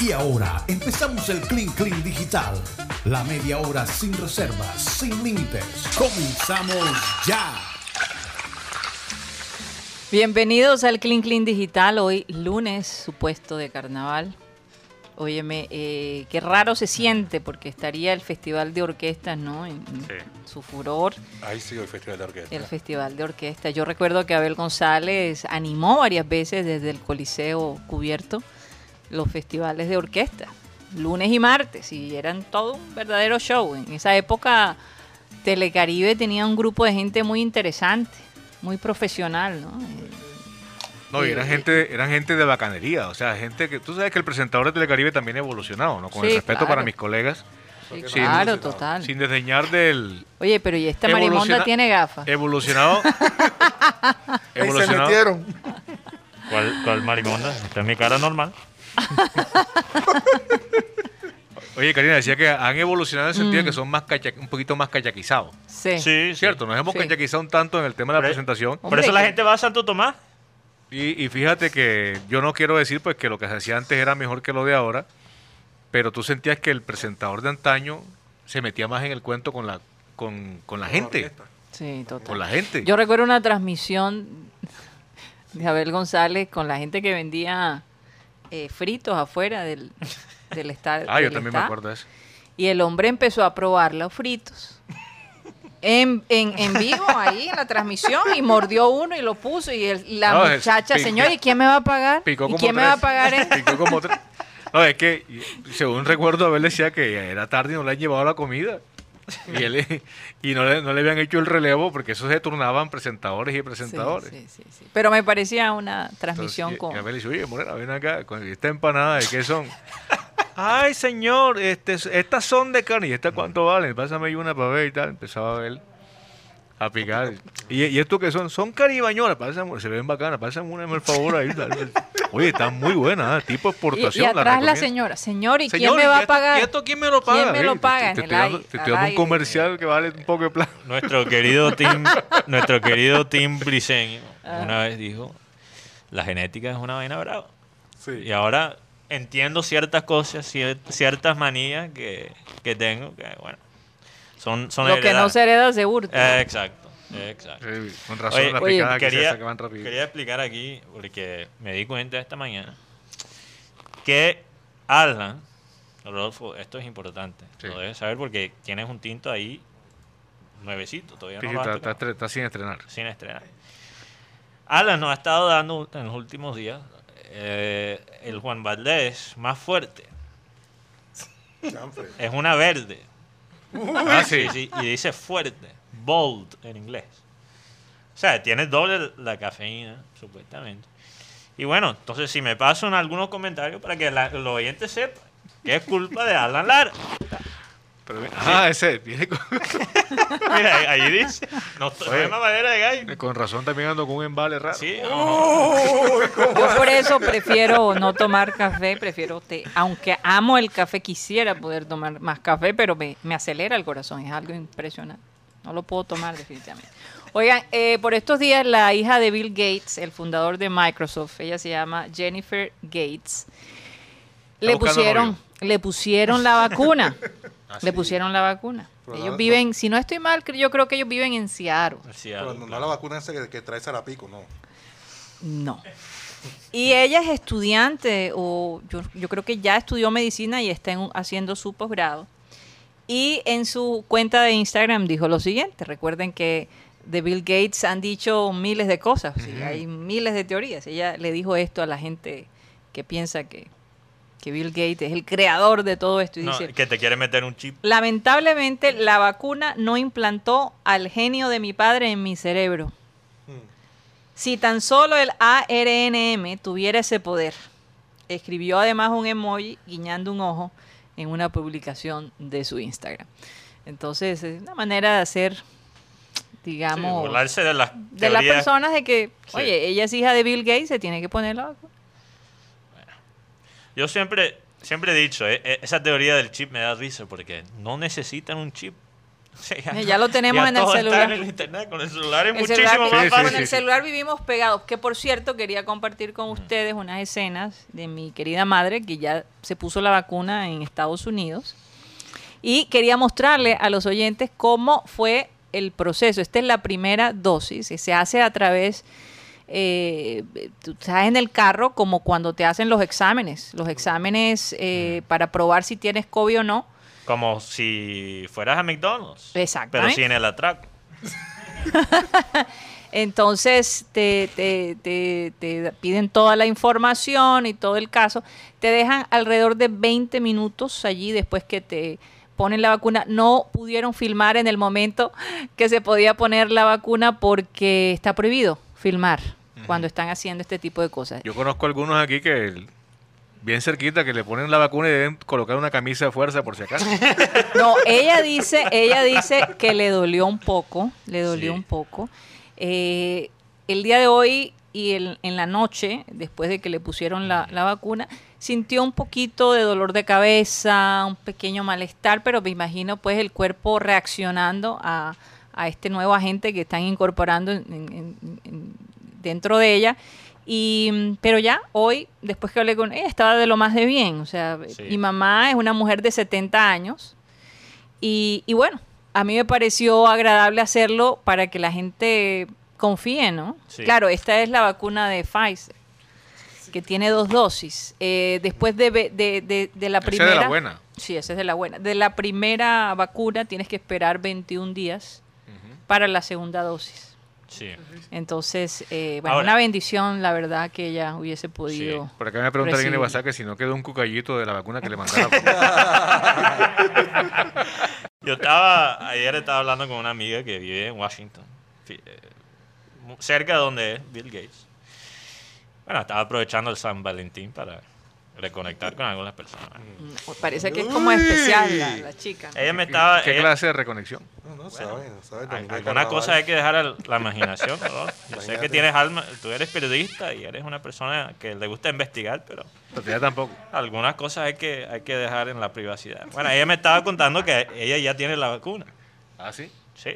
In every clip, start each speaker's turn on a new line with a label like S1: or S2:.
S1: Y ahora empezamos el Clean Clean Digital. La media hora sin reservas, sin límites. Comenzamos ya.
S2: Bienvenidos al Clean Clean Digital, hoy lunes, supuesto de carnaval. Óyeme, eh, qué raro se siente porque estaría el Festival de Orquestas, ¿no? En, en
S3: Sí.
S2: su furor,
S3: Ahí sigue el Festival de Orquesta.
S2: el Festival de Orquestas. Yo recuerdo que Abel González animó varias veces desde el Coliseo Cubierto los festivales de orquesta, lunes y martes, y eran todo un verdadero show. En esa época Telecaribe tenía un grupo de gente muy interesante, muy profesional, ¿no? Eh,
S4: No, y eran
S2: Y-
S4: gente, eran gente de bacanería, o sea, gente que tú sabes que el presentador de Telecaribe también ha evolucionado, ¿no? Con
S2: Sí,
S4: el respeto para
S2: claro.
S4: mis colegas,
S2: Sí,
S4: Sí,
S2: claro,
S4: sí,
S2: total.
S4: sin desdeñar del
S2: Oye, pero y esta marimonda
S4: Evoluciona-
S2: tiene gafas.
S4: evolucionado. evolucionado.
S3: ¿Cuál, cuál marimonda? Esta es mi cara normal.
S4: Oye, Karina decía que han evolucionado en el sentido de que son más cacha- un poquito más cachaquizados.
S2: Mm. Sí.
S3: Sí,
S4: Cierto, nos hemos
S2: Sí.
S4: cachaquizado un tanto en el tema de la
S3: Pre-
S4: presentación.
S3: Por eso
S2: Hombre,
S3: la
S2: que-
S3: gente va a Santo Tomás.
S4: Y, y fíjate que yo no quiero decir pues que lo que se hacía antes era mejor que lo de ahora, pero tú sentías que el presentador de antaño se metía más en el cuento con la, con, con la gente.
S2: Sí, total.
S4: Con la gente.
S2: Yo recuerdo una transmisión de Abel González con la gente que vendía eh, fritos afuera del, del estadio.
S4: ah, yo también me acuerdo de eso.
S2: Y el hombre empezó a probar los fritos. En, en, en vivo, ahí en la transmisión, y mordió uno y lo puso. Y el- la
S4: No, es-
S2: muchacha,
S4: pique-
S2: señor, ¿y quién me va a pagar? ¿Y
S4: Picó como
S2: quién me
S4: tres.
S2: va a pagar? esto?"
S4: Picó como tres. No, es que y- según recuerdo, Abel decía que era tarde y no le han llevado la comida. Y, él, y no, le, no le habían hecho el relevo porque eso se turnaban presentadores y
S2: Sí,
S4: presentadores.
S2: sí, sí, sí. Pero me parecía una
S4: Entonces,
S2: transmisión
S4: y-
S2: con.
S4: y Abel dice, oye, Morena, ven acá, con esta empanada, ¿de qué son? Ay, señor, este, estas son de carne. ¿Y estas cuánto valen? Pásame ahí una para ver y tal. Empezaba a ver, a picar. ¿Y, y esto qué son? Son caribañolas. Pásame, se ven bacanas. Pásame una, por favor, ahí. tal. Oye, están muy buenas, ¿eh? tipo
S2: Y-
S4: exportación.
S2: Y, atrás la,
S4: recomiendo.
S2: señora, señor, ¿y
S4: Señor,
S2: quién me va
S4: ¿y
S2: a
S4: esto-
S2: pagar?
S4: ¿Y esto quién me lo paga?
S2: ¿Quién me lo
S4: Ve, te-
S2: paga?
S4: Te,
S2: En
S4: estoy
S2: el
S4: dando,
S2: aire,
S4: te estoy
S2: al
S4: dando un
S2: aire.
S4: comercial que vale un poco de plata.
S5: Nuestro querido Tim, nuestro querido Tim Briceño
S2: Ah.
S5: una vez dijo, la genética es una vaina brava. Y ahora entiendo ciertas cosas, cier- ciertas manías que, que tengo, que bueno, son, son
S2: Lo que no
S5: heredadas.
S2: se hereda se hurta.
S5: Eh, exacto, exacto.
S4: Sí, con razón,
S5: Oye,
S4: las
S2: oye,
S4: picadas que se
S5: quería,
S4: sacaban rápido.
S5: quería explicar aquí, porque me di cuenta esta mañana, que Alan, Rodolfo, esto es importante,
S4: Sí.
S5: lo debes saber porque tienes un tinto ahí nuevecito, todavía
S4: Sí,
S5: no
S4: sí,
S5: lo has
S4: está,
S5: tocado,
S4: está estre- está sin estrenar.
S5: sin estrenar. Alan nos ha estado dando en los últimos días eh, el Juan Valdés más fuerte. Es una verde.
S4: Ah, sí.
S5: Sí, sí, y dice fuerte, bold en inglés. O sea, tiene doble la cafeína, supuestamente. Y bueno, entonces si me paso en algunos comentarios para que la- los oyentes sepan que es culpa de Alan Lara.
S4: Pero ve- ah, ese viene con,
S5: Mira, ahí- ahí dice, no estoy
S4: Oye.
S5: en madera de gallo.
S4: Eh, con razón también ando con un embale raro.
S5: Sí, vamos.
S2: Oh. Yo por eso prefiero no tomar café, prefiero té. Aunque amo el café, quisiera poder tomar más café, pero me, me acelera el corazón, es algo impresionante. No lo puedo tomar definitivamente. Oigan, eh, por estos días la hija de Bill Gates, el fundador de Microsoft, ella se llama Jennifer Gates, le
S4: buscando
S2: pusieron,
S4: novio. Ah,
S2: le pusieron la vacuna. Le pusieron la vacuna.
S6: Pero
S2: ellos
S6: no-
S2: viven, si no estoy mal, cre- yo creo que ellos viven en Seattle.
S5: Sí,
S6: Pero no, no la vacuna esa que, que trae Sarapico, no.
S2: No. Y ella es estudiante, o yo, yo creo que ya estudió medicina y está en un- haciendo su posgrado. Y en su cuenta de Instagram dijo lo siguiente, recuerden que de Bill Gates han dicho miles de cosas, sí, hay miles de teorías. Ella le dijo esto a la gente que piensa que, que Bill Gates es el creador de todo esto. Y
S5: No,
S2: dice,
S5: que te quiere meter un chip.
S2: Lamentablemente, la vacuna no implantó al genio de mi padre en mi cerebro.
S5: Hmm.
S2: Si tan solo el ARNM tuviera ese poder. Escribió además un emoji guiñando un ojo en una publicación de su Instagram. Entonces, es una manera de hacer,
S5: Sí,
S2: digamos,
S5: burlarse de las
S2: de las
S5: teorías.
S2: personas de que,
S5: Sí.
S2: oye, ella es hija de Bill Gates, se tiene que poner la vacuna.
S5: Yo siempre, siempre he dicho, eh, eh, esa teoría del chip me da risa porque no necesitan un chip. Sí,
S2: Ya lo tenemos en el
S5: todo está
S2: celular.
S5: en el internet, con el celular es
S2: El
S5: muchísimo
S2: celular
S5: más
S2: vi-
S4: Sí, sí,
S5: fácil. Mm.
S2: Con el celular vivimos pegados. Que por cierto, quería compartir con ustedes unas escenas de mi querida madre que ya se puso la vacuna en Estados Unidos. Y quería mostrarle a los oyentes cómo fue el proceso. Esta es la primera dosis. y Se hace a través. eh, tú estás en el carro como cuando te hacen los exámenes, los exámenes eh,
S5: Mm.
S2: para probar si tienes COVID o no.
S5: Como si fueras a McDonald's. Pero
S2: Exactamente.
S5: sin el atraco.
S2: Entonces te, te- te- te piden toda la información y todo el caso. Te dejan alrededor de 20 minutos allí después que te ponen la vacuna. No pudieron filmar en el momento que se podía poner la vacuna porque está prohibido filmar cuando están haciendo este tipo de cosas.
S4: Yo conozco algunos aquí que el- bien cerquita que le ponen la vacuna y deben colocar una camisa de fuerza por si acaso.
S2: No, ella dice, ella dice que le dolió un poco, le dolió
S5: Sí.
S2: un poco. Eh, el día de hoy y el- en la noche, después de que le pusieron la, la vacuna, sintió un poquito de dolor de cabeza, un pequeño malestar, pero me imagino pues el cuerpo reaccionando a, a este nuevo agente que están incorporando en- en- en- en- dentro de ella. Y, mm, pero ya hoy, después que hablé con ella, estaba de lo más de bien. O sea,
S5: Sí.
S2: mi mamá es una mujer de 70 años, y, y bueno, a mí me pareció agradable hacerlo para que la gente confíe, ¿no?
S5: Sí.
S2: Claro, esta es la vacuna de Pfizer, que tiene dos dosis. Eh, después de, ve- de- de- de la
S4: Esa es de
S2: primera...
S4: la buena.
S2: Sí, esa es de la buena. De la primera vacuna tienes que esperar 21 días para la segunda dosis.
S5: Sí.
S2: Entonces, eh, bueno,
S5: Ahora-
S2: una bendición, la verdad, que ella hubiese podido...
S4: Por acá me pregunta alguien en
S2: Recibe.
S4: WhatsApp que si no quedó un cucayito de la vacuna que le mandaron.
S5: Yo estaba, ayer estaba hablando con una amiga que vive en Washington, fi- eh, mu- cerca de donde es Bill Gates. Bueno, estaba aprovechando el San Valentín para reconectar con algunas personas.
S2: Parece que es como especial la, la chica. ¿no?
S5: Ella me estaba...
S4: Mm.
S5: eh,
S4: ¿Qué
S5: ella-
S4: clase de reconexión?
S6: No, no, sabes, sabes.
S5: al-
S6: domingo de
S5: alguna cosa
S6: Pues, carnaval.
S5: hay que dejar a la imaginación, ¿no? Yo sé
S6: Imagínate.
S5: que tienes alma, tú eres periodista y eres una persona que le gusta investigar, pero...
S4: Todavía Pues tampoco.
S5: Algunas cosas hay que, hay que dejar en la privacidad. Bueno, ella me estaba contando que ella ya tiene la vacuna.
S4: ¿Ah, sí?
S5: Sí.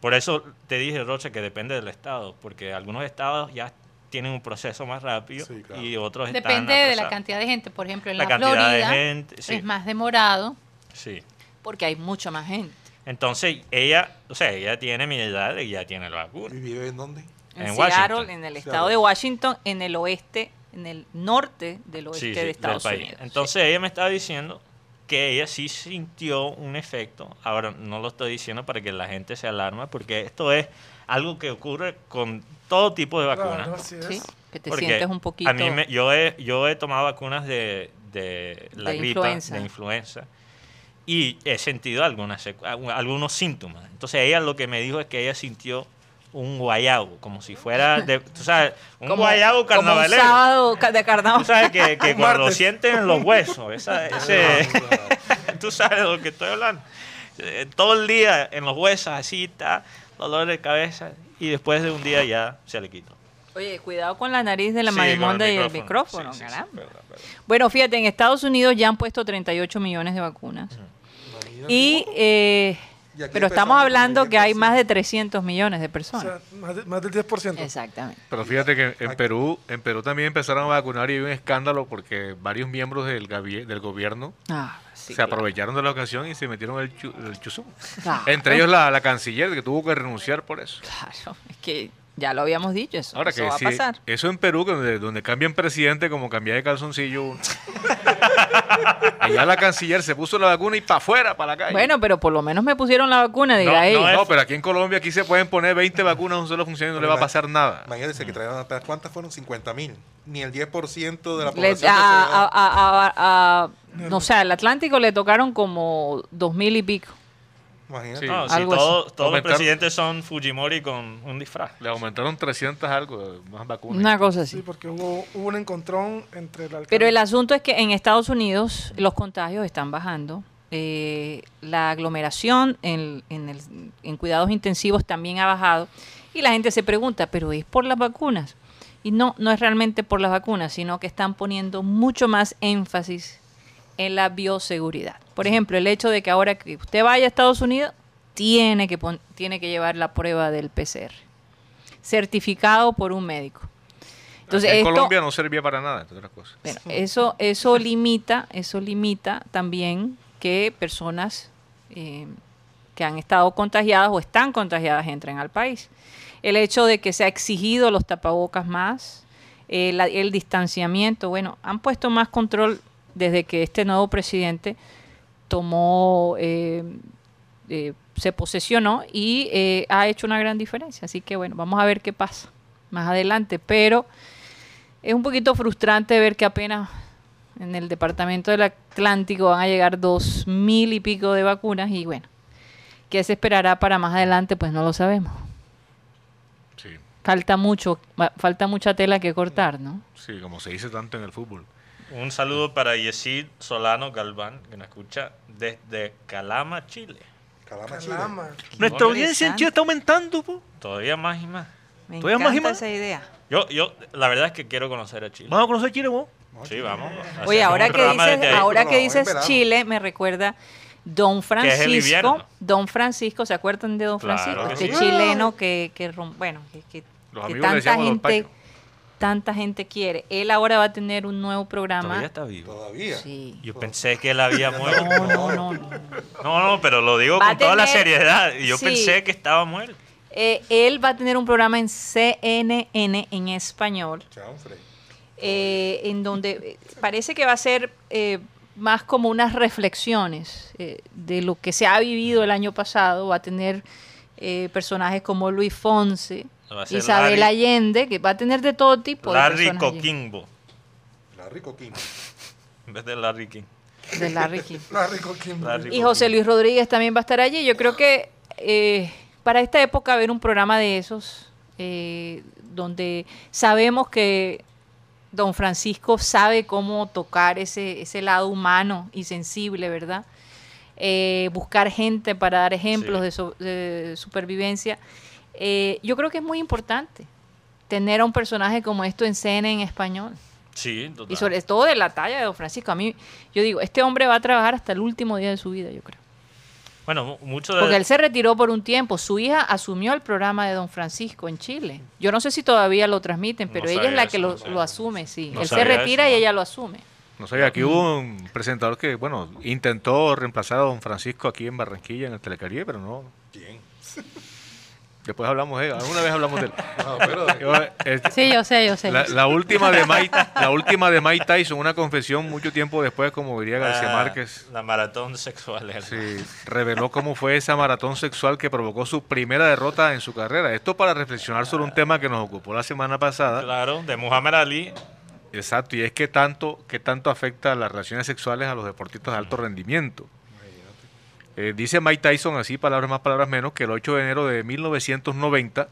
S5: Por eso te dije, Rocha, que depende del estado, porque algunos estados ya tienen un proceso más rápido
S6: Sí, claro.
S5: y otros están
S7: Depende de la
S5: atrasados.
S7: cantidad de gente. Por ejemplo, en
S5: La
S7: la,
S5: cantidad de
S7: Florida
S5: gente, sí.
S7: es más demorado.
S5: Sí.
S2: Porque hay mucha más gente.
S5: Entonces, ella, o sea, ella tiene mi edad y ya tiene la
S6: ¿Y
S5: vacuna.
S6: vive en dónde?
S2: En,
S5: En
S2: Seattle,
S5: Washington.
S2: en el estado
S6: Seattle.
S2: de Washington, en el oeste, en el norte del oeste
S5: Sí, sí,
S2: de
S5: del
S2: Estados
S5: país.
S2: Unidos.
S5: Entonces, ella me estaba diciendo que ella sí sintió un efecto. Ahora, no lo estoy diciendo para que la gente se alarma, porque esto es algo que ocurre con todo tipo de vacunas.
S8: Claro, Ah, así es.
S2: Sí, que te
S5: Porque
S2: sientes un poquito.
S5: A mí me- yo, he, yo he tomado vacunas de, de la
S2: De
S5: gripa,
S2: influenza.
S5: de influenza, y he sentido algunas, secu- algu- algunos síntomas. Entonces ella lo que me dijo es que ella sintió un guayabo, como si fuera, de, tú sabes, un
S2: como-
S5: guayabo
S2: como un
S5: carnavalero.
S2: sábado ca- de carnaval.
S5: Tú sabes que, que
S8: Ah. Un
S5: cuando lo
S8: martes. Ah,
S5: sienten en los huesos, esa- ese, tú sabes de lo que estoy hablando. Eh, Todo el día en los huesos, así está, dolor de cabeza, y después de un día ya se le quitó.
S2: Oye, cuidado con la nariz de la
S5: Sí, con el
S2: marimonda y el
S5: micrófono.
S2: micrófono,
S5: Sí, sí, sí,
S2: caramba.
S5: perdón, perdón.
S2: Bueno, fíjate, en Estados Unidos ya han puesto 38 millones de vacunas. Y, eh,
S6: Y aquí
S2: pero estamos
S6: empezamos
S2: hablando
S6: con
S2: que hay
S6: 25.
S2: más de 300 millones de
S8: O
S2: personas.
S8: sea, más, de- más del 10%.
S2: Exactamente.
S4: Pero fíjate que en Perú, en Perú también empezaron a vacunar y hubo un escándalo porque varios miembros del, gabi- del gobierno
S2: Ah, sí,
S4: se
S2: claro.
S4: aprovecharon de la ocasión y se metieron el, chu- el chuzum.
S2: Claro.
S4: Entre ellos la, la canciller que tuvo que renunciar por eso.
S2: Claro, es que ya lo habíamos dicho, eso,
S4: Ahora
S2: eso
S4: que
S2: va
S4: sí,
S2: a pasar.
S4: eso en Perú, que donde, donde cambian presidente como cambiar de calzoncillo uno. Allá la canciller se puso la vacuna y para afuera, para la calle.
S2: Bueno, pero por lo menos me pusieron la vacuna, dirá
S5: no
S2: ella.
S4: no, pero aquí en Colombia aquí se pueden poner 20 vacunas a un solo funcionario y no le va a pasar nada.
S6: Imagínense que trajeron apenas, ¿cuántas fueron? 50 mil. Ni el 10% de la
S2: Le-
S6: población.
S2: a- a-
S6: que
S2: a- a- a- no sé, al Atlántico le tocaron como dos mil y pico.
S6: se dio. Imagínate.
S4: Sí.
S5: No,
S2: sí. Algo
S5: si
S4: así.
S5: todo- todos los
S4: Aumentaron-
S5: presidentes son Fujimori con un disfraz.
S4: Le aumentaron 300 algo, más vacunas.
S2: Una cosa
S8: Sí,
S2: así.
S8: porque hubo, hubo un encontrón entre el alcalde.
S2: Pero el asunto es que en Estados Unidos los contagios están bajando. eh, la aglomeración en, en el- en cuidados intensivos también ha bajado. Y la gente se pregunta, ¿pero es por las vacunas? Y no, no es realmente por las vacunas, sino que están poniendo mucho más énfasis en la bioseguridad. Por ejemplo, el hecho de que ahora que usted vaya a Estados Unidos, tiene que, pon- tiene que llevar la prueba del PCR, certificado por un médico. Entonces,
S4: en
S2: esto-
S4: Colombia no servía para nada, entre otras cosas.
S2: bueno, eso, eso limita, eso limita también que personas eh, que han estado contagiadas o están contagiadas entren al país. El hecho de que se ha exigido los tapabocas más, eh, la- el distanciamiento, bueno, han puesto más control desde que este nuevo presidente tomó, eh, eh, se posesionó y eh, ha hecho una gran diferencia. Así que bueno, vamos a ver qué pasa más adelante, pero es un poquito frustrante ver que apenas en el departamento del Atlántico van a llegar dos mil y pico de vacunas y bueno, ¿qué se esperará para más adelante? Pues no lo sabemos.
S4: Sí,
S2: Falta mucho, va- falta mucha tela que cortar, ¿no?
S4: sí, como se dice tanto en el fútbol.
S5: Un saludo para Yesid Solano Galván, que nos escucha desde Calama, Chile.
S6: Calama, Chile.
S8: Calama.
S4: Nuestra audiencia en
S2: interesante.
S4: Chile está aumentando, po.
S5: Todavía más y más.
S2: Me
S4: ¿Todavía más y
S2: encanta
S4: más?
S2: esa idea.
S5: Yo, yo, la verdad es que quiero conocer a Chile.
S4: Vamos a conocer Chile, vos.
S5: Sí, vamos.
S2: Oye,
S5: Hacemos
S2: ahora
S5: un
S2: que
S5: programa desde
S2: dices,
S5: ahí.
S2: ahora
S6: No,
S2: que
S6: no, en
S2: dices
S6: verano.
S2: Chile, me recuerda Don
S5: Que es el
S2: Francisco.
S5: invierno.
S2: Don Francisco, ¿se acuerdan de Don
S5: Claro
S2: Francisco?
S5: que
S2: Este
S5: sí.
S2: chileno que, que rom- bueno, que, que-
S4: Los
S2: que
S4: amigos le
S2: tanta
S4: decíamos Don
S2: gente,
S4: Pacho.
S2: tanta gente quiere. Él ahora va a tener un nuevo
S5: Todavía
S2: programa.
S5: está vivo.
S6: Todavía.
S2: Sí.
S5: Yo pensé que él había muerto.
S2: No, no, no, no.
S5: No, no, pero lo digo
S2: Va a
S5: con toda la
S2: tener-
S5: seriedad. Y Yo
S2: Sí.
S5: pensé que estaba muerto.
S2: Eh, él va a tener un programa en CNN en español.
S6: Chanfre.
S2: eh, en donde eh, parece que va a ser eh, más como unas reflexiones eh, de lo que se ha vivido el año pasado. Va a tener eh, personajes como Luis Fonse,
S5: Va a ser
S2: Isabel
S5: Larry-
S2: Allende, que va a tener de todo tipo de
S5: Larry
S2: personas allí.
S5: Coquimbo.
S6: La Rico King.
S5: En vez de Larry King.
S2: De Larry King.
S8: La rico Kimberly.
S5: Larry
S2: Y José
S5: Coquimbo.
S2: Luis Rodríguez también va a estar allí. Yo creo que eh, para esta época ver un programa de esos, eh, donde sabemos que don Francisco sabe cómo tocar ese, ese lado humano y sensible, ¿verdad? Eh, buscar gente para dar ejemplos
S5: Sí.
S2: de, so- de supervivencia. Eh, yo creo que es muy importante tener a un personaje como esto en CNN en español.
S5: Sí, total.
S2: Y sobre todo de la talla de don Francisco. A mí, yo digo, este hombre va a trabajar hasta el último día de su vida, yo creo.
S5: Bueno, mu- mucho de...
S2: Porque él se retiró por un tiempo. Su hija asumió el programa de don Francisco en Chile. Yo no sé si todavía lo transmiten,
S5: No
S2: pero ella es
S5: sabía
S2: la
S5: eso,
S2: que lo,
S5: no sabía.
S2: lo asume, sí.
S5: No
S2: él se
S5: sabía
S2: retira
S5: eso,
S2: y
S5: no.
S2: ella lo asume.
S4: No sé, aquí hubo un presentador que, bueno, intentó reemplazar a don Francisco aquí en Barranquilla, en el Telecaribe, pero no.
S6: ¿Quién?
S4: Después hablamos de él, alguna vez hablamos de él.
S6: No, pero
S4: Yo, eh,
S7: Sí, yo sé, yo sé.
S4: la, la última de Mike, la última de Mike Tyson, una confesión mucho tiempo después, como diría García
S5: Ah,
S4: Márquez,
S5: La maratón sexual. era.
S4: sí, reveló cómo fue esa maratón sexual que provocó su primera derrota en su carrera. Esto para reflexionar sobre un tema que nos ocupó la semana pasada.
S5: Claro, de Muhammad Ali.
S4: Exacto, y es que tanto, que tanto afecta las relaciones sexuales a los deportistas de alto rendimiento. Eh, dice Mike Tyson, así palabras más, palabras menos, que el 8 de enero de 1990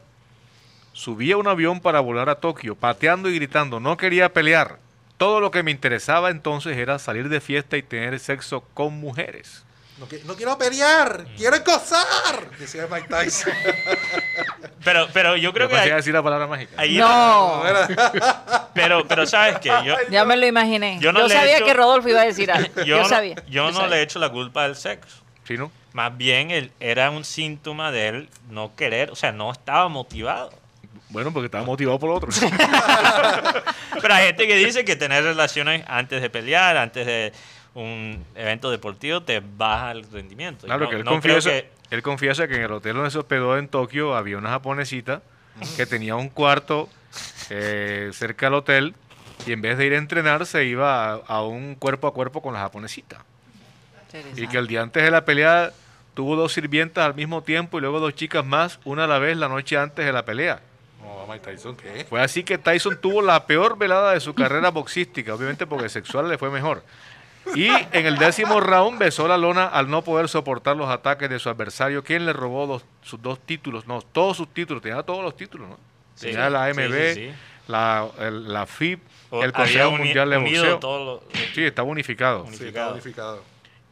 S4: subía a un avión para volar a Tokio, pateando y gritando, no quería pelear. Todo lo que me interesaba entonces era salir de fiesta y tener sexo con mujeres.
S6: no, qui- no quiero pelear,
S5: Mm.
S6: quiero gozar. Decía Mike Tyson.
S5: Pero, pero yo creo
S4: Creo
S5: que...
S4: que
S5: Ahí,
S4: decir la palabra mágica.
S5: ahí-
S2: No,
S5: Pero, pero ¿sabes qué? Yo,
S2: ya me lo imaginé. Yo,
S5: Yo no le he
S2: sabía
S5: hecho-
S2: que Rodolfo iba a decir algo. Yo,
S5: no-
S2: sabía.
S5: yo no
S2: sabía.
S5: le echo la culpa del sexo.
S4: ¿Sí, no?
S5: Más bien él, era un síntoma de él no querer, o sea, no estaba motivado.
S4: Bueno, porque estaba motivado por lo otro.
S5: Pero hay gente que dice que tener relaciones antes de pelear, antes de un evento deportivo, te baja el rendimiento. Y
S4: Claro,
S5: no-
S4: que él
S5: no creo
S4: confiesa.
S5: que-
S4: Él confiesa que en el hotel donde se hospedó en Tokio había una japonesita que tenía un cuarto eh, cerca del hotel y en vez de ir a entrenar se iba a, a un cuerpo a cuerpo con la japonesita. Y que el día antes de la pelea tuvo dos sirvientas al mismo tiempo y luego dos chicas más, una a la vez la noche antes de la pelea.
S6: No, Mike Tyson, ¿qué?
S4: Fue así que Tyson tuvo la peor velada de su carrera boxística, obviamente porque sexual le fue mejor. Y en el décimo round besó la lona al no poder soportar los ataques de su adversario, quien le robó dos- sus dos títulos, no, todos sus títulos, tenía todos los títulos, ¿no?
S5: Sí,
S4: Tenía la
S5: sí,
S4: AMB,
S5: sí, sí.
S4: La, el- la FIB,
S5: o-
S4: el
S5: había
S4: Consejo
S5: uni-
S4: Mundial de
S5: unido
S4: Boxeo.
S5: todo lo-
S4: Sí, estaba unificado.
S5: Unificado.
S6: Sí, está unificado.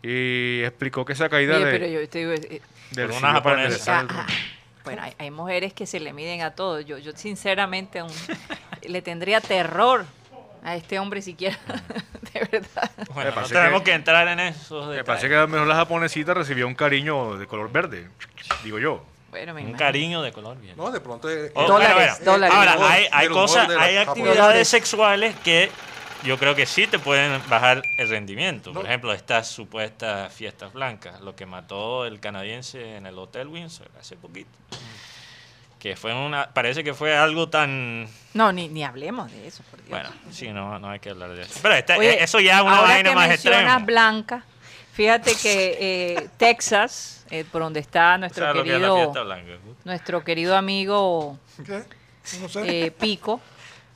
S4: Y explicó que esa caída
S2: Oye,
S4: de,
S2: pero yo te digo, eh, ah,
S4: del
S5: Por una
S4: sirvió para
S5: japonesa.
S4: enderezar el rumbo.
S2: Bueno, hay, hay mujeres que se le miden a todo. Yo, yo sinceramente aún le tendría terror a este hombre siquiera, de verdad.
S5: Bueno,
S4: Me
S5: no
S4: parece
S5: tenemos
S4: que-
S5: que, entrar en esos
S4: Me
S5: detalles.
S4: parece que a lo mejor la japonesita recibió un cariño de color verde, digo yo.
S2: Bueno, me
S5: Un
S2: imagino.
S5: cariño de color bien.
S6: No, de pronto. eh,
S5: Oh,
S2: Dólares,
S5: bueno, bueno.
S2: dólares.
S5: Ahora, hay, hay
S6: Del humor
S5: cosas,
S6: de la
S5: hay
S6: japonesa.
S5: actividades sexuales que yo creo que sí te pueden bajar el rendimiento. Por
S6: No.
S5: ejemplo, estas supuestas fiestas blancas, lo que mató el canadiense en el Hotel Windsor hace poquito. Que fue una, parece que fue algo tan...
S2: No, ni, ni hablemos de eso, por Dios.
S5: Bueno, sí, no, no hay que hablar de eso. Pero esta-
S2: Oye,
S5: eh, eso ya es una
S2: ahora
S5: vaina
S2: que
S5: más
S2: mencionas
S5: extrema.
S2: Blanca, fíjate que eh, Texas, eh, por donde está
S5: O
S2: nuestro
S5: sea, lo que es la
S2: querido,
S5: fiesta blanca.
S2: nuestro querido amigo
S8: ¿Qué? No sé.
S2: eh, Pico,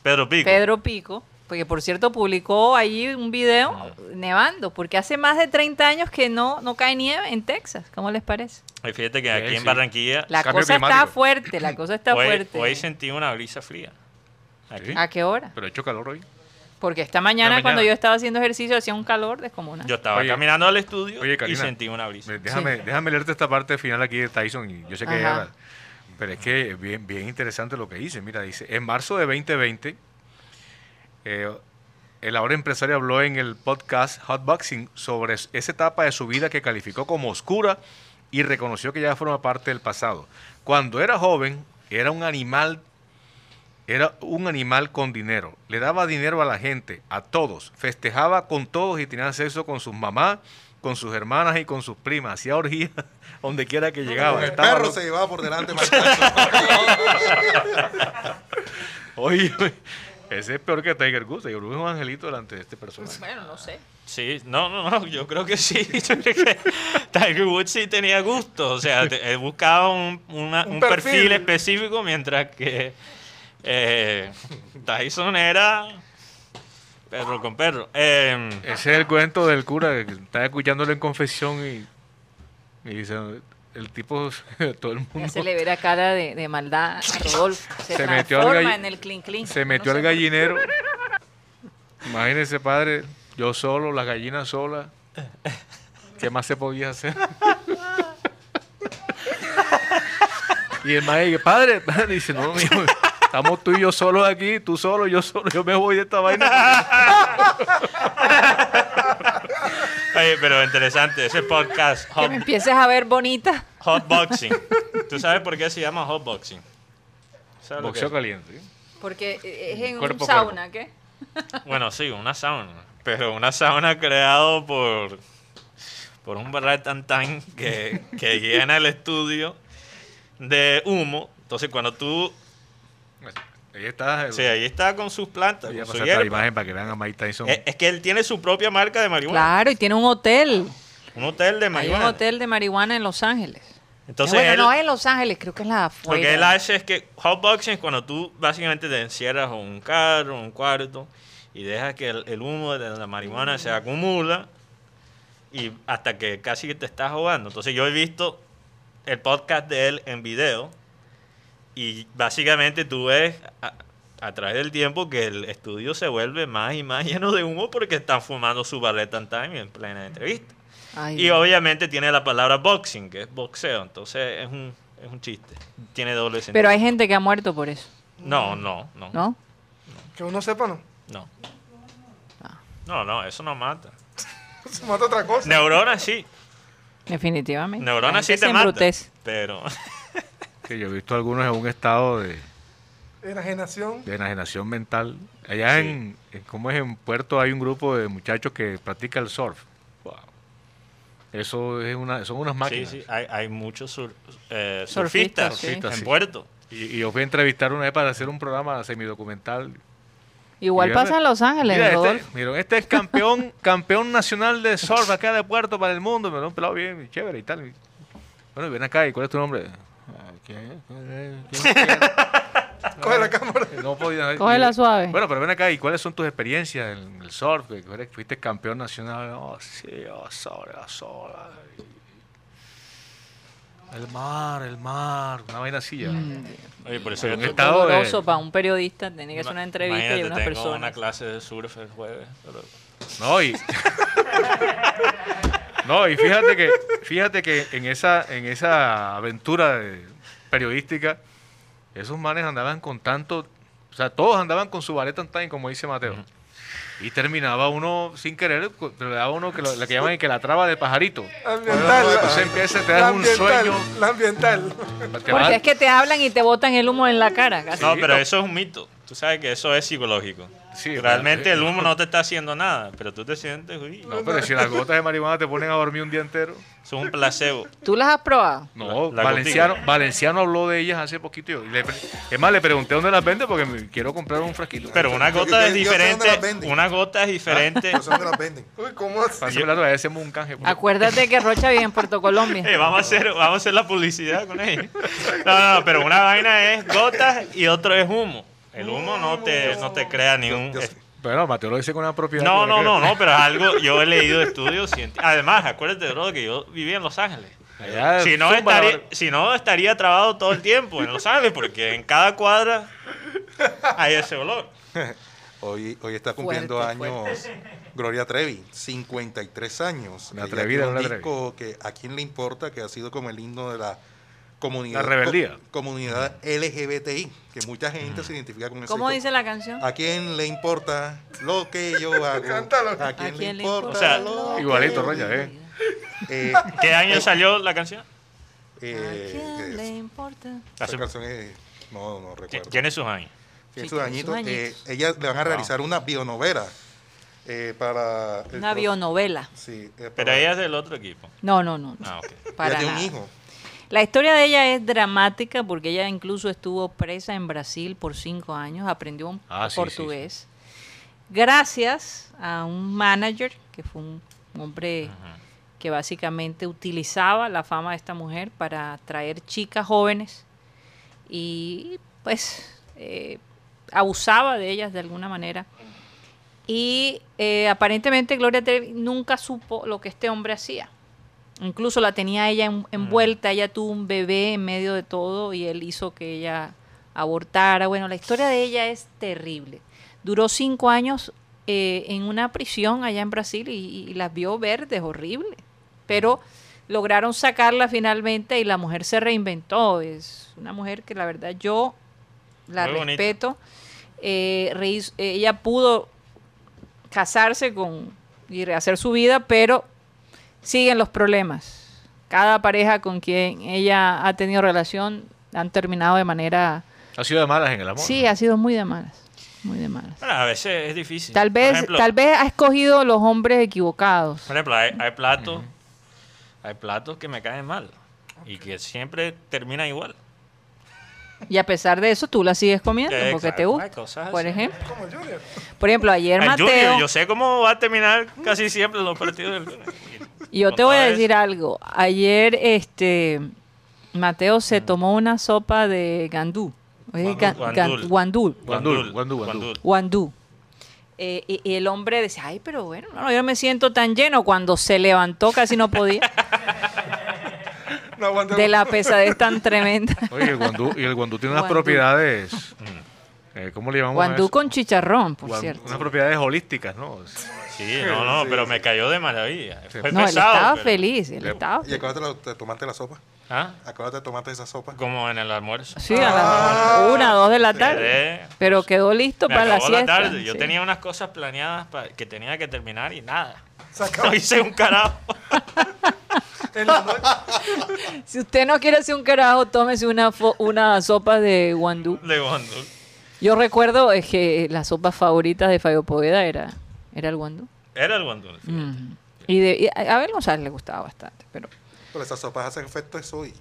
S5: Pedro Pico.
S2: Pedro Pico, porque por cierto publicó allí un
S5: Ah.
S2: video nevando, porque hace más de 30 años que no, no cae nieve en Texas. ¿Cómo les parece?
S5: Y Fíjate que
S4: Sí,
S5: aquí en
S4: sí.
S5: Barranquilla
S2: La
S4: Cambio
S2: cosa está
S4: climático.
S2: fuerte, la cosa está
S5: hoy,
S2: fuerte.
S5: hoy sentí una brisa fría. Aquí.
S2: ¿A qué hora?
S4: Pero ha hecho calor hoy.
S2: Porque esta mañana,
S4: mañana.
S2: cuando yo estaba haciendo ejercicio hacía un calor descomunal.
S5: Yo estaba
S4: Oye,
S5: caminando al estudio
S4: oye,
S5: y
S4: Karina,
S5: sentí una brisa.
S4: Me- Déjame, déjame leerte esta parte final aquí de Tyson. Y yo sé que
S2: Ajá.
S4: ella la- pero es que es bien, bien interesante lo que dice. Mira, dice, en marzo de 2020, eh, el ahora empresario habló en el podcast Hotboxing sobre es- esa etapa de su vida que calificó como oscura y reconoció que ya forma parte del pasado. Cuando era joven, era un animal era un animal con dinero. Le daba dinero a la gente, a todos. Festejaba con todos y tenía sexo con sus mamás, con sus hermanas y con sus primas. Hacía orgías donde quiera que llegaba.
S6: El
S4: Estaba
S6: perro
S4: loco.
S6: se llevaba por delante. Michael Jackson.
S4: Oye, oye, ese es peor que Tiger Woods. Tiger Woods es un angelito delante de este personaje.
S2: Bueno, no sé.
S5: Sí, no, no, no, yo creo que sí. Yo creo que Tiger Woods sí tenía gusto. O sea, te- él buscaba un, una-
S8: Un
S5: un perfil.
S8: perfil.
S5: específico, mientras que eh, Tyson era perro con perro. Eh,
S4: Ese es el cuento del cura que está escuchándolo en confesión y, y dice, el tipo, todo el
S2: Ya
S4: mundo...
S2: se le ve la cara de, de maldad a Rodolfo. Se,
S4: Se metió al
S2: transforma
S4: galli-
S2: en el clink clink.
S4: Se metió
S2: No sé.
S4: al gallinero. Imagínese, padre, yo solo, las gallinas solas. ¿Qué más se podía hacer? y el maestro dice, padre, padre, dice, no, mijo, estamos tú y yo solos aquí, tú solo, yo solo, yo me voy de esta vaina.
S5: oye, pero interesante, ese podcast
S2: Que
S5: hot,
S2: me empieces a ver bonita.
S5: Hotboxing. ¿Tú sabes por qué se llama Hotboxing? ¿Sabes lo que
S4: Boxeo
S5: es?
S4: caliente.
S2: Porque e, es en
S4: Cuerpo
S2: un
S4: a
S2: sauna, ¿qué?
S5: Bueno, sí, una sauna. Pero una sauna creado por, por un barratantán que, que llena el estudio de humo. Entonces, cuando tú...
S4: Ahí está.
S5: O sea, ahí está con sus plantas,
S4: Voy a
S5: con su
S4: pasar la
S5: hierba. Eh,
S4: imagen para que vean a Mike Tyson.
S5: Es, es que él tiene su propia marca de marihuana.
S2: Claro, y tiene un hotel.
S5: Un hotel de
S2: Hay
S5: marihuana.
S2: un hotel de marihuana en Los Ángeles.
S5: Entonces,
S2: bueno,
S5: él-
S2: no en Los Ángeles, creo que es la de
S5: Lo
S2: afuera.
S5: que él hace es que hotboxing es cuando tú básicamente te encierras en un carro, en un cuarto y dejas que el, el humo de la marihuana se acumula y hasta que casi que te estás ahogando. Entonces yo he visto el podcast de él en video y básicamente tú ves a, a través del tiempo que el estudio se vuelve más y más lleno de humo porque están fumando su ballet and time en plena entrevista.
S2: Ay,
S5: Y obviamente tiene la palabra boxing, que es boxeo, entonces es un, es un chiste. Tiene doble sentido.
S2: Pero hay gente que ha muerto por eso,
S5: No, no, no. No,
S2: ¿no?
S8: Que uno sepa, ¿no?
S5: no.
S2: Ah.
S5: No, eso no mata.
S8: Se mata otra cosa.
S5: Neuronas sí.
S2: Definitivamente. La
S5: Neuronas sí
S2: gente
S5: te
S2: se
S5: mata.
S2: embrutece.
S5: Pero
S4: Que yo he visto algunos en un estado de,
S8: Enajenación.
S4: de enajenación mental. Allá en, en- ¿cómo es? En Puerto hay un grupo de muchachos que practica el surf. Eso es una, son unas
S5: sí,
S4: máquinas.
S5: sí, hay, hay muchos sur- eh,
S2: Surfistas,
S5: surfistas,
S2: sí.
S5: en
S4: Surfistas, sí.
S5: Puerto.
S4: Y, y os voy a entrevistar una vez para hacer un programa semidocumental.
S2: Igual
S4: Y
S2: pasa
S4: yo-
S2: en Los Ángeles,
S4: Mira, este,
S2: Rodolfo.
S4: mira, este es campeón, campeón nacional de surf acá de Puerto para el mundo. Me lo han pelado bien, y chévere y tal. Y- Bueno, ven acá, ¿y cuál es tu nombre? Ah, ¿qué? ¿Qué?
S8: Coge la cámara.
S4: Ah, No podía.
S2: Cógela suave.
S4: Bueno, pero ven acá, ¿y cuáles son tus experiencias en el surf? Que tú eres- Fuiste campeón nacional. Oh, sí, oh, sobre, oh, sobre. El mar, el mar, una vaina así ya.
S2: Mm.
S5: Oye, por eso
S4: Pero un
S5: yo te-
S2: Es
S4: estado de-
S2: doloroso para un periodista tener que hacer una entrevista
S5: imagínate,
S2: y una
S5: tengo
S2: persona.
S5: una clase de surf el jueves. pero-
S4: No, y. no, y fíjate que, fíjate que en esa, en esa aventura de- periodística, esos manes andaban con tanto. O sea, todos andaban con su ballet and time, como dice Mateo. Y terminaba uno sin querer, cu- pero le daba uno que lo, lo que llaman que la traba de pajarito.
S8: Ambiental.
S4: Entonces
S6: pues,
S8: la-
S4: empieza, te
S8: la
S4: das un
S8: ambiental,
S4: sueño.
S8: La ambiental.
S4: te vas-
S2: Porque es que te hablan y te botan el humo en la cara. casi.
S5: No, pero eso es un mito. Tú sabes que eso es psicológico.
S4: Sí,
S5: Realmente
S4: pero-
S5: el humo no te está haciendo nada, pero tú te sientes, uy,
S4: No, pero si las gotas de marihuana te ponen a dormir un día entero.
S5: eso es un placebo.
S2: ¿Tú las has probado?
S4: No,
S5: La- la
S4: Valenciano, Valenciano habló de ellas hace poquito. yo- y le pre- es más, le pregunté dónde las vende porque me quiero comprar un frasquito.
S5: Pero una
S6: Yo-
S5: gota es
S6: yo- yo sé dónde las
S5: diferente.
S6: venden. Ah,
S5: Una gota es diferente.
S6: No sé Pues, dónde las venden.
S8: Uy, ¿cómo así?
S4: Pásame la otra vez, hacemos un canje. pues. por favor.
S2: Acuérdate que Rocha vive en Puerto Colombia.
S5: Eh, vamos, a hacer, vamos a hacer la publicidad con ella. No, no, pero una vaina es gotas y otro es humo. El humo no te, no te crea ningún...
S6: yo sé.
S4: Bueno, Mateo lo dice con una propiedad. que
S5: No,
S4: le
S5: no, no,
S4: creo.
S5: no, pero es algo, yo he leído estudios científicos. Además, acuérdate, bro, que yo vivía en Los Ángeles.
S4: Allá,
S5: Si no,
S4: Ah, zumba la
S5: estaría,
S4: barba.
S5: si no, estaría trabado todo el tiempo en Los Ángeles, porque en cada cuadra hay ese olor.
S6: Hoy, hoy está cumpliendo
S2: Fuerte,
S6: años Gloria Trevi, 53 años.
S4: Una
S6: Ella
S4: atrevida,
S6: tiene un
S4: una
S6: disco que a quién le importa, que ha sido como el himno de la comunidad.
S4: La rebeldía. Mm.
S6: co- comunidad LGBTI, que mucha gente se identifica con ese
S2: ¿Cómo
S6: disco.
S2: dice la canción?
S6: ¿A quién le importa lo que yo hago?
S8: Cántalo.
S6: ¿A quién, le importa?
S5: O sea,
S6: lo que
S4: Igualito,
S6: yo
S4: Rocha, ¿eh?
S6: Eh,
S5: ¿Qué año salió la canción?
S2: ¿A
S6: eh,
S2: quién le
S6: es-
S2: importa?
S6: esa
S5: Hace-
S6: canción es- no, no recuerdo.
S5: Tiene sus años.
S6: Tiene
S2: Sí,
S6: sus
S2: tiene sus
S6: añitos. Eh,
S2: añitos.
S6: ellas le van a realizar una bionovela eh, para... el
S2: Una
S6: pro-
S2: bionovela.
S6: Sí, eh,
S5: Pero
S6: para-
S5: ella es del otro equipo.
S2: No, no, no. no,
S5: Ah, ok.
S2: para
S6: ella tiene un
S2: nada.
S6: hijo.
S2: La historia de ella es dramática porque ella incluso estuvo presa en Brasil por cinco años, aprendió un
S4: Ah, sí,
S2: portugués. Gracias a un manager que fue un un hombre que básicamente utilizaba la fama de esta mujer para atraer chicas jóvenes y pues eh, abusaba de ellas de alguna manera. Y eh, aparentemente Gloria Trevi nunca supo lo que este hombre hacía. Incluso la tenía ella en-
S5: Mm.
S2: envuelta, ella tuvo un bebé en medio de todo y él hizo que ella abortara. Bueno, la historia de ella es terrible. Duró cinco años eh, en una prisión allá en Brasil y, y las vio verdes, horrible. Pero lograron sacarla finalmente y la mujer se reinventó. Es una mujer que la verdad yo la
S5: Muy bonita.
S2: respeto. Eh, rehiz- eh, ella pudo casarse con y rehacer su vida, pero siguen los problemas. Cada pareja con quien ella ha tenido relación han terminado de manera...
S4: Ha sido de malas en el amor.
S2: Sí, ha sido muy de malas. Muy de malas.
S5: Bueno, a veces es difícil.
S2: Tal
S5: Por
S2: vez,
S5: ejemplo-
S2: tal vez ha escogido los hombres equivocados.
S5: Por ejemplo, hay, hay platos, hay platos que me caen mal y que siempre terminan igual.
S2: Y a pesar de eso, tú la sigues comiendo
S5: Eh,
S2: porque
S5: exacto,
S2: te
S5: hay cosas
S2: gusta. Por
S5: así.
S2: ejemplo,
S8: Como Junior.
S2: por ejemplo ayer
S5: Al
S2: Mateo...
S5: Junior, yo sé cómo va a terminar casi siempre los partidos del Junior.
S2: Y Yo
S5: Con
S2: te voy a
S5: todo
S2: decir
S5: eso.
S2: algo. Ayer, este, Mateo
S5: Mm.
S2: se tomó una sopa de gandú. Oye, ga- gan-
S5: Guandul.
S2: Guandul.
S4: Guandul, guandul, guandul.
S2: Guandú. Eh, y, y el hombre decía, ay, pero bueno, no, yo me siento tan lleno cuando se levantó, casi no podía,
S8: No aguanté.
S2: de la pesadez tan tremenda.
S4: Oye, el guandú, y el guandú tiene unas
S2: Guandú.
S4: propiedades. eh, ¿Cómo le llamamos? a
S2: Guandú
S4: eso?
S2: con chicharrón, por
S4: Guan-
S2: cierto.
S4: Unas propiedades holísticas, ¿no?
S5: Sí, no, no, pero me cayó de maravilla. Fue
S2: No, él
S5: pesado,
S2: estaba
S5: pero-
S2: feliz, él
S4: Le-
S2: estaba
S6: Y
S2: feliz.
S6: acuérdate la- de tomarte la sopa.
S5: ¿Ah?
S6: Acuérdate de tomarte esa sopa.
S5: Como en el almuerzo. Ah,
S2: Sí, a las una, dos de la tarde.
S5: Quedé-
S2: Pero quedó listo
S5: Me
S2: para la
S5: acabó la
S2: siesta.
S5: tarde. Yo
S2: sí.
S5: tenía unas cosas planeadas pa- que tenía que terminar y nada.
S8: Se acabó.
S5: No hice un carajo.
S8: En la noche.
S2: Si usted no quiere hacer un carajo, tómese una, fo- una sopa de guandú.
S5: de Guandú.
S2: Yo recuerdo es que la sopa favorita de Fabio Poveda era, era el guandú.
S5: Era el Guandú.
S2: Mm. Y, de, y a a Abel González le gustaba bastante, pero
S6: Pero esas sopas hacen efecto de soy.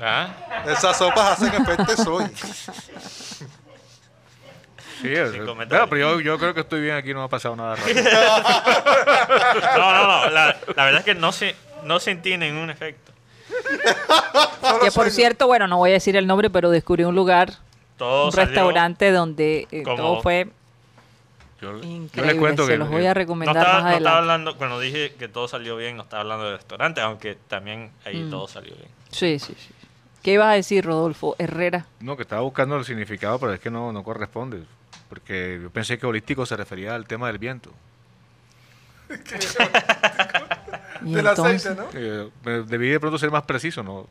S5: ¿Ah?
S6: Esas sopas hacen efecto de soy.
S4: Sí, es-
S5: comentarios.
S4: bueno, pero yo, yo creo que estoy bien aquí, no me ha pasado nada raro.
S5: No, no, no. La, la verdad es que no, se, no sentí ningún efecto.
S2: que por cierto, bueno, no voy a decir el nombre, pero descubrí un lugar,
S5: Todo
S2: un
S5: salió-
S2: restaurante donde eh,
S5: como-
S2: todo fue
S4: Yo, yo
S2: increíble.
S4: les cuento
S2: Se
S4: que
S2: los voy a
S5: No
S2: recomendar
S5: estaba,
S2: más
S5: no estaba
S2: adelante.
S5: hablando, cuando dije que todo salió bien, no estaba hablando de restaurante, aunque también ahí
S2: Mm.
S5: todo salió bien.
S2: sí, sí, sí. ¿Qué ibas a decir, Rodolfo Herrera?
S4: no, que estaba buscando el significado, pero es que no, no corresponde. Porque yo pensé que holístico se refería al tema del viento.
S2: Y
S8: Del aceite,
S2: entonces-
S8: ¿no?
S4: Eh, me- debí de pronto ser más preciso, ¿no?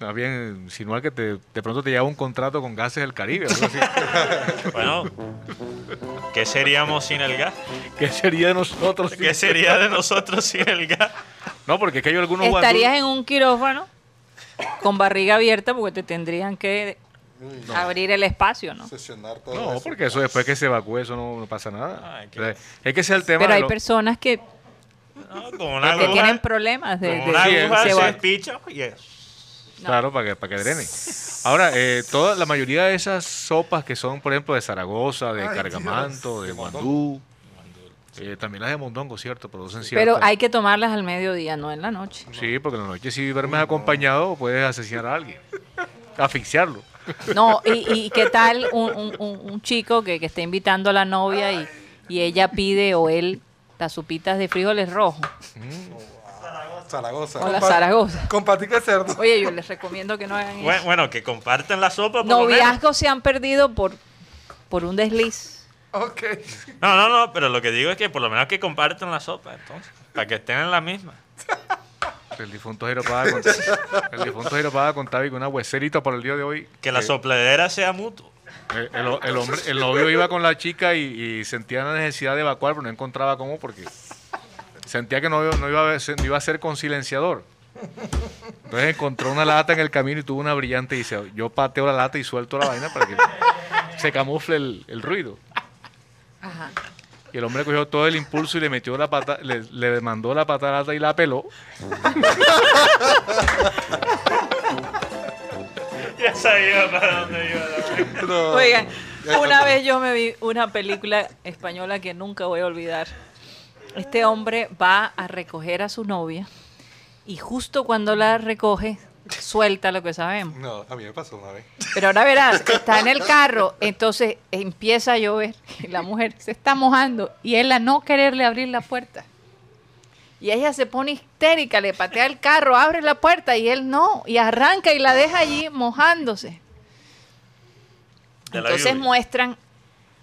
S5: Hmm.
S4: Más bien, insinuar que te- de pronto te llega un contrato con gases del Caribe. algo así.
S5: Bueno, ¿qué seríamos sin el gas?
S4: ¿Qué sería de nosotros?
S5: ¿Qué sería de nosotros sin el gas?
S4: No, porque es que hay algunos guandu-
S2: Estarías en un quirófano con barriga abierta porque te tendrían que abrir el espacio, ¿no?
S6: Sesionar todo
S4: No,
S6: eso.
S4: porque eso después que se evacúe, eso no, no pasa nada.
S5: Ah, es que-
S4: O sea, es que ese es el tema.
S2: Pero
S4: de
S2: hay
S4: lo-
S2: personas que,
S5: No, con una
S2: que
S5: aguja,
S2: tienen problemas de,
S5: con
S2: de-
S5: una
S4: sí,
S5: aguja
S2: se
S5: se
S2: va-
S5: picha y es-
S2: No.
S4: Claro, para que, para que drene. Ahora, eh, toda, la mayoría de esas sopas que son, por ejemplo, de Zaragoza, de
S8: Ay,
S4: Cargamanto, de Guandú, eh, también las de Mondongo, ¿cierto? Producen
S2: Pero
S4: ciertas-
S2: hay que tomarlas al mediodía, no en la noche.
S4: Sí, porque en la noche si verme acompañado puedes asesinar a alguien, asfixiarlo.
S2: No, y, y qué tal un, un- un- un chico que, que está invitando a la novia y, y ella pide o él las sopitas de frijoles rojos
S6: Ah, Zaragoza.
S2: o la Zaragoza.
S8: Con patica de cerdo.
S2: Oye, yo les recomiendo que no hagan
S5: Bueno,
S2: eso.
S5: bueno, que compartan la sopa por lo menos.
S2: Noviazgos se han perdido por, por un desliz.
S8: Ok.
S5: No, no, no, pero lo que digo es que por lo menos que compartan la sopa, entonces, para que estén en la misma.
S4: El difunto Jairo Pada con- el difunto Jairo Pada contaba con una hueserita para el día de hoy.
S5: Que la
S4: Eh,
S5: sopladera sea mutua.
S4: Eh, El, el hombre, el novio iba con la chica y, y sentía la necesidad de evacuar, pero no encontraba cómo porque sentía que no, no iba, a ser, no iba a ser con silenciador. Entonces encontró una lata en el camino y tuvo una brillante y dice, yo pateo la lata y suelto la vaina para que se camufle el, el ruido.
S2: Ajá.
S4: Y el hombre cogió todo el impulso y le metió la pata, le, le mandó la patalata y la peló.
S5: Ya sabía para dónde iba la vaina.
S6: No.
S2: Oigan,
S6: Ya
S2: una
S6: está.
S2: vez yo me vi una película española que nunca voy a olvidar. Este hombre va a recoger a su novia y justo cuando la recoge, suelta lo que sabemos.
S6: No, a mí me pasó una vez.
S2: Pero ahora verás, está en el carro, entonces empieza a llover y la mujer se está mojando y él a no quererle abrir la puerta. Y ella se pone histérica, le patea el carro, abre la puerta y él no, y arranca y la deja allí mojándose.
S5: De la
S2: Entonces
S5: lluvia.
S2: muestran,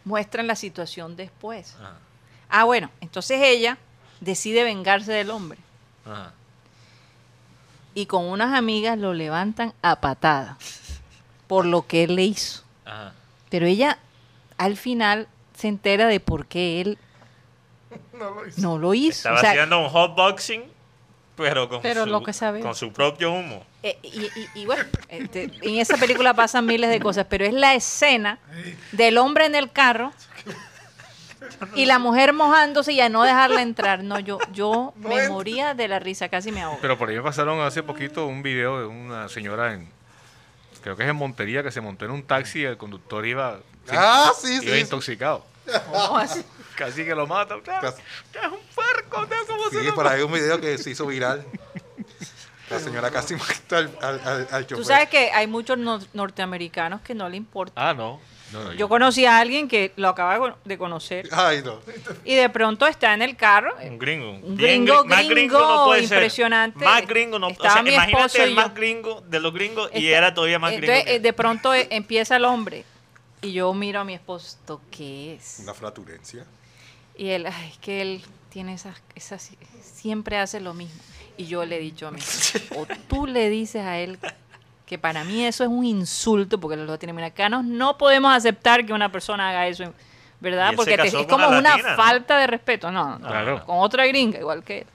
S2: muestran la situación después. Ah, bueno, entonces ella decide vengarse del hombre
S5: Ajá.
S2: y con unas amigas lo levantan a patada por lo que él le hizo.
S5: Ajá.
S2: Pero ella al final se entera de por qué él
S8: No lo hice.
S2: no lo hizo.
S5: Estaba
S2: O sea,
S5: haciendo un hotboxing, pero con
S2: Pero
S5: su,
S2: lo que sabe.
S5: con su propio humo.
S2: eh, y, y- y bueno, este, en esa película pasan miles de cosas, pero es la escena del hombre en el carro y la mujer mojándose y a no dejarla entrar. No, yo, yo
S8: No
S2: me
S8: entra.
S2: moría de la risa, casi me ahogo.
S4: Pero por ahí me pasaron hace poquito un video de una señora en, creo que es en Montería, que se montó en un taxi y el conductor iba...
S6: Ah, sí,
S4: iba
S6: sí. sí.
S4: intoxicado.
S2: ¿Cómo
S8: ah,
S2: así?
S4: Casi que lo mata. claro.
S6: Casi.
S4: Ya Es un puerco, ¿no? ¿Cómo se
S6: Sí,
S4: llama?
S6: por ahí un video que se hizo viral. La señora casi mató al, al, al, al
S2: Tú
S6: chofer.
S2: sabes que hay muchos no- norteamericanos que no le importa.
S4: Ah, no. No, no,
S2: Yo conocí a alguien que lo acaba de conocer
S6: Ay, no.
S2: y de pronto está en el carro, eh,
S5: Un gringo.
S2: Un
S5: Bien
S2: gringo,
S5: gri- más gringo
S2: gringo,
S5: no puede ser.
S2: impresionante.
S5: Más gringo no o
S2: Estaba
S5: sea,
S2: mi esposo
S5: Imagínate
S2: y
S5: el
S2: yo.
S5: más gringo de los gringos y
S2: Está-
S5: era todavía más gringo.
S2: Entonces,
S5: que
S2: eh, de pronto eh, empieza el hombre y yo miro a mi esposo, ¿esto qué es?
S6: Una flatulencia.
S2: Y él, ay, es que él tiene esas, esas, siempre hace lo mismo. Y yo le he dicho a mí, o tú le dices a él que para mí eso es un insulto, porque los latinoamericanos no podemos aceptar que una persona haga eso,
S5: Y él
S2: ¿verdad?
S5: se
S2: Porque te-
S5: casó
S2: es
S5: con
S2: como
S5: una
S2: una
S5: latina, ¿no?
S2: falta de respeto, no, no,
S4: Claro.
S2: con otra gringa igual que él.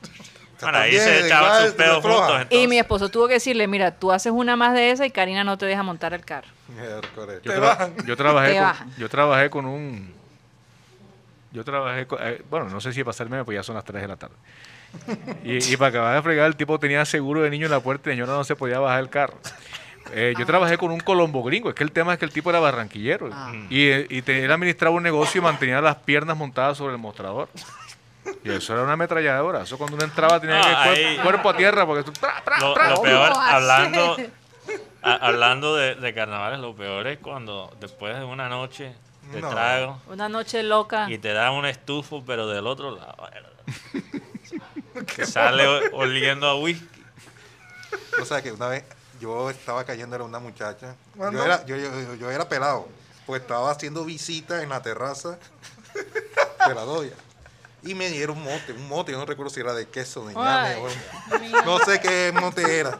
S5: Bueno, ahí
S6: También,
S5: se echaban
S6: eh, igual,
S5: sus pedos
S6: floja.
S5: juntos.
S2: eh, Y mi
S5: entonces.
S2: esposo tuvo que decirle, mira, tú haces una más de esa y Karina no te deja montar el carro.
S6: Miércoles.
S4: Yo,
S8: Te
S4: tra-
S8: bajan.
S4: yo trabajé
S2: Te
S4: con,
S2: bajan.
S4: Yo trabajé con un... Yo trabajé con... eh, bueno, no sé si pasarme porque ya son las 3 de la tarde. Y, y para acabar de fregar, el tipo tenía seguro de niño en la puerta y la señora no se podía bajar el carro. Eh, yo trabajé con un colombo gringo. Es que el tema es que el tipo era barranquillero.
S2: Ah.
S4: Y, eh, y te- él administraba un negocio y mantenía las piernas montadas sobre el mostrador. Y eso era una ametralladora. Eso cuando uno entraba tenía
S5: Ah,
S4: que
S5: ahí.
S4: cuer- cuerpo a tierra porque tú... tra, tra,
S5: Lo,
S4: tra.
S5: lo peor,
S2: ¿Cómo va a
S5: hablando,
S2: ser?
S5: a- hablando de, de carnavales, lo peor es cuando después de una noche de
S6: No.
S5: trago
S2: Una noche loca.
S5: y te dan un estufo, pero del otro lado. que sale o- oliendo a whisky.
S6: O sea que una vez yo estaba cayendo era una muchacha.
S8: ¿Cuándo?
S6: Yo era, yo, yo- yo era pelado. Pues estaba haciendo visitas en la terraza de la doya. Y me dieron un mote, un mote, yo no recuerdo si era de queso, de ñame,
S7: Ay,
S6: o-
S7: mira.
S6: no sé qué mote era.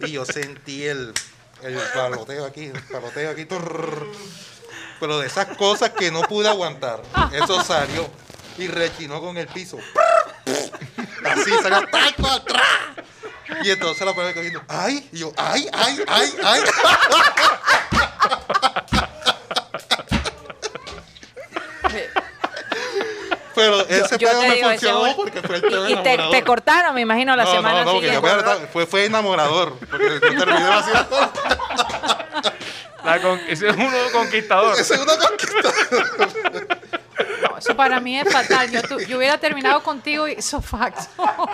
S6: Y yo sentí el, el paloteo aquí, el paloteo aquí. turr. Pero de esas cosas que no pude aguantar, eso salió y rechinó con el piso. Así salió tal cual, tra. Y entonces la primera cogiendo, ay, y yo, ay, ay, ay, ay. Pero ese
S2: yo
S6: pedo
S2: te
S6: me
S2: digo, ese
S6: funcionó
S2: bol-
S6: porque fue el pedo
S2: Y, y te,
S6: enamorador.
S2: te cortaron, me imagino, la
S6: No,
S2: semana
S6: no, no, que
S2: siguiente.
S6: yo me hartaba. fue, fue enamorador. Porque yo terminé vacilando.
S4: La con- ese es uno conquistador.
S6: Esa es una conquista.
S7: No, eso para mí es fatal. Yo, tu- yo hubiera terminado contigo y sofax.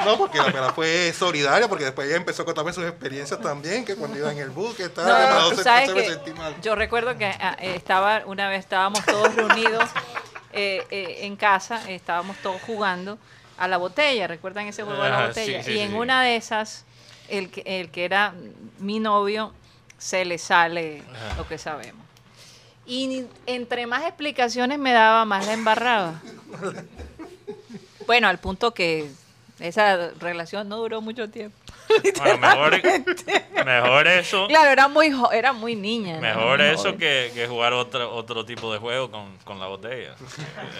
S6: No, porque la pena fue solidaria, porque después ella empezó a contarme sus experiencias también, que cuando iba en el bus, que
S2: No,
S6: tal,
S2: no,
S6: entonces-
S2: tú sabes
S6: entonces me
S2: que
S6: sentí mal.
S2: yo recuerdo que ah, eh, estaba una vez estábamos todos reunidos eh, eh, en casa, eh, estábamos todos jugando a la botella, ¿recuerdan ese juego de la
S5: Ajá,
S2: botella?
S5: sí, sí,
S2: y en
S5: sí.
S2: una de esas, el que, el que era mi novio, se le sale lo que sabemos. Y ni- entre más explicaciones me daba, más la embarraba. Bueno, al punto que esa relación no duró mucho tiempo.
S5: Bueno, mejor, mejor eso.
S2: Claro, era muy, jo- era muy niña. ¿no? eh,
S5: Mejor
S2: Muy
S5: eso
S2: joven.
S5: que, que jugar otro, otro tipo de juego con, con la botella.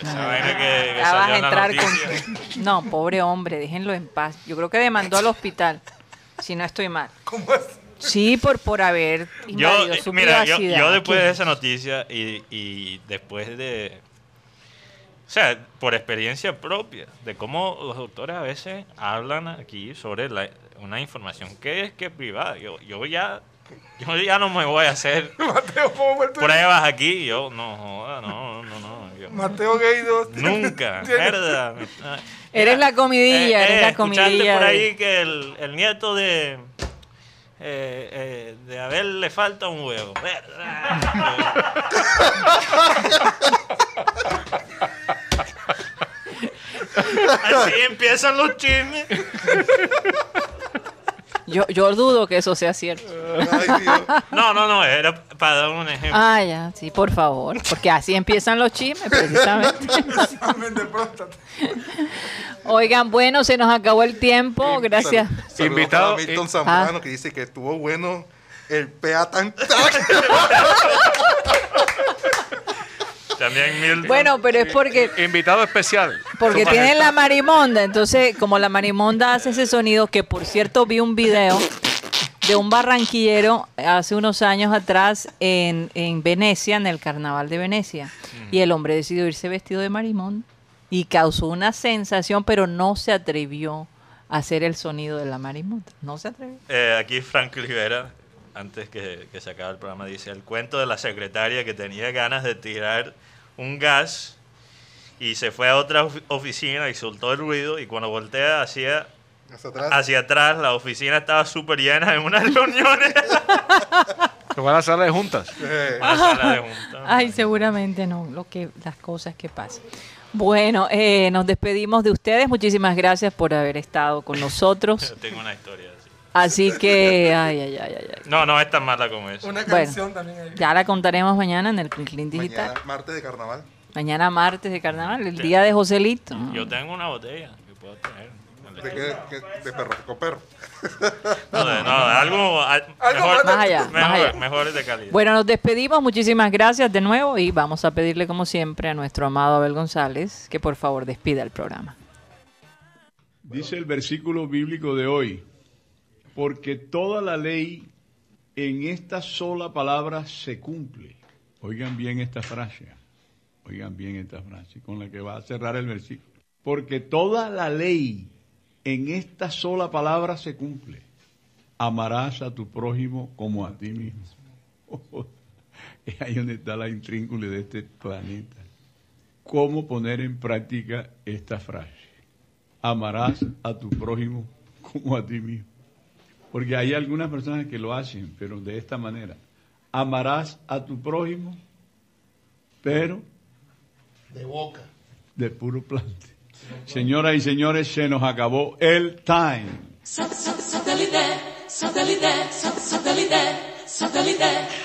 S5: Esa vaina que, que
S2: Ya vas
S5: salió
S2: a
S5: en la
S2: entrar
S5: noticia.
S2: con. No, pobre hombre, déjenlo en paz. Yo creo que demandó al hospital, si no estoy mal.
S6: ¿Cómo es?
S2: Sí, por, por haber
S5: Yo,
S2: invadido
S5: eh,
S2: su
S5: mira, yo,
S2: privacidad.
S5: yo después
S2: ¿Qué?
S5: de esa noticia y, y después de... O sea, por experiencia propia, de cómo los doctores a veces hablan aquí sobre la- una información que es que es privada. Yo, yo ya... Yo ya no me voy a hacer
S8: Mateo, ¿cómo fue el tuyo?
S5: pruebas aquí. Yo, no, joda, no, no, no. yo-
S8: Mateo Gaydos.
S5: Nunca, verdad.
S2: Eres la comidilla,
S5: Eh,
S2: eres
S5: eh,
S2: la
S5: escuchaste
S2: comidilla.
S5: por
S2: de-
S5: ahí que el, el nieto de. eh, eh, de Abel le falta un huevo. Verdad. Así empiezan los chismes.
S2: Yo, yo dudo que eso sea cierto.
S5: Eh.
S6: Ay, Dios.
S5: No, no, no, era para dar un ejemplo.
S2: Ah, ya, sí, por favor. Porque así empiezan los chismes, precisamente.
S8: Amén de próstata.
S2: Oigan, bueno, se nos acabó el tiempo. Oh, Gracias. ah.
S6: Sal- saludos
S4: Invitado
S6: para Milton
S4: y-
S6: Zambrano, que dice que estuvo bueno el PA tan tan.
S5: También Milton.
S2: Ah. Bueno, pero es porque.
S4: Invitado especial.
S2: Porque
S5: Su
S2: tienen la marimonda, entonces como la marimonda hace ese sonido, que por cierto vi un video de un barranquillero hace unos años atrás en, en Venecia, en el carnaval de Venecia, y el hombre decidió irse vestido de marimonda y causó una sensación, pero no se atrevió a hacer el sonido de la marimonda, no se atrevió.
S5: Eh, aquí Frank Rivera, antes que, que se acabe el programa, dice el cuento de la secretaria que tenía ganas de tirar un gas y se fue a otra ofi- oficina y soltó el ruido y cuando voltea hacia,
S6: Hacia atrás.
S5: hacia atrás la oficina estaba súper llena en unas reuniones.
S4: Se va a la sala de juntas.
S6: Eh,
S5: Una sala de junta.
S2: Ay, seguramente no, lo que, las cosas que pasan. Bueno, eh, nos despedimos de ustedes. Muchísimas gracias por haber estado con nosotros.
S5: Yo tengo una historia así.
S2: Así que, ay, ay, ay, ay, ay.
S5: No, no es tan mala como eso.
S8: Una
S2: Bueno.
S8: canción también ahí.
S2: Ya la contaremos mañana en el Clean Clean Digital.
S6: Mañana,
S2: Mañana,
S6: martes de carnaval.
S2: martes de carnaval, el
S5: Sí.
S2: día de Joselito.
S5: Yo tengo una botella que puedo tener.
S6: ¿De qué? qué- De perro, con perro.
S5: No, de- no, de algo, al-
S8: Algo
S5: mejor,
S2: más allá, más
S5: mejor,
S2: allá.
S5: mejor de calidad.
S2: Bueno, nos despedimos. Muchísimas gracias de nuevo y vamos a pedirle, como siempre, a nuestro amado Abel González que por favor despida el programa.
S9: Dice el versículo bíblico de hoy, porque toda la ley en esta sola palabra se cumple. Oigan bien esta frase, oigan bien esta frase con la que va a cerrar el versículo. Porque toda la ley en esta sola palabra se cumple. Amarás a tu prójimo como a ti mismo. Es ahí donde está la intríncule de este planeta. ¿Cómo poner en práctica esta frase? amarás a tu prójimo como a ti mismo. Porque hay algunas personas que lo hacen, pero de esta manera. Amarás a tu prójimo, pero... De boca. De puro plante. Señoras y señores, se nos acabó el time.
S10: Satellite, satellite, satellite, satellite, satellite.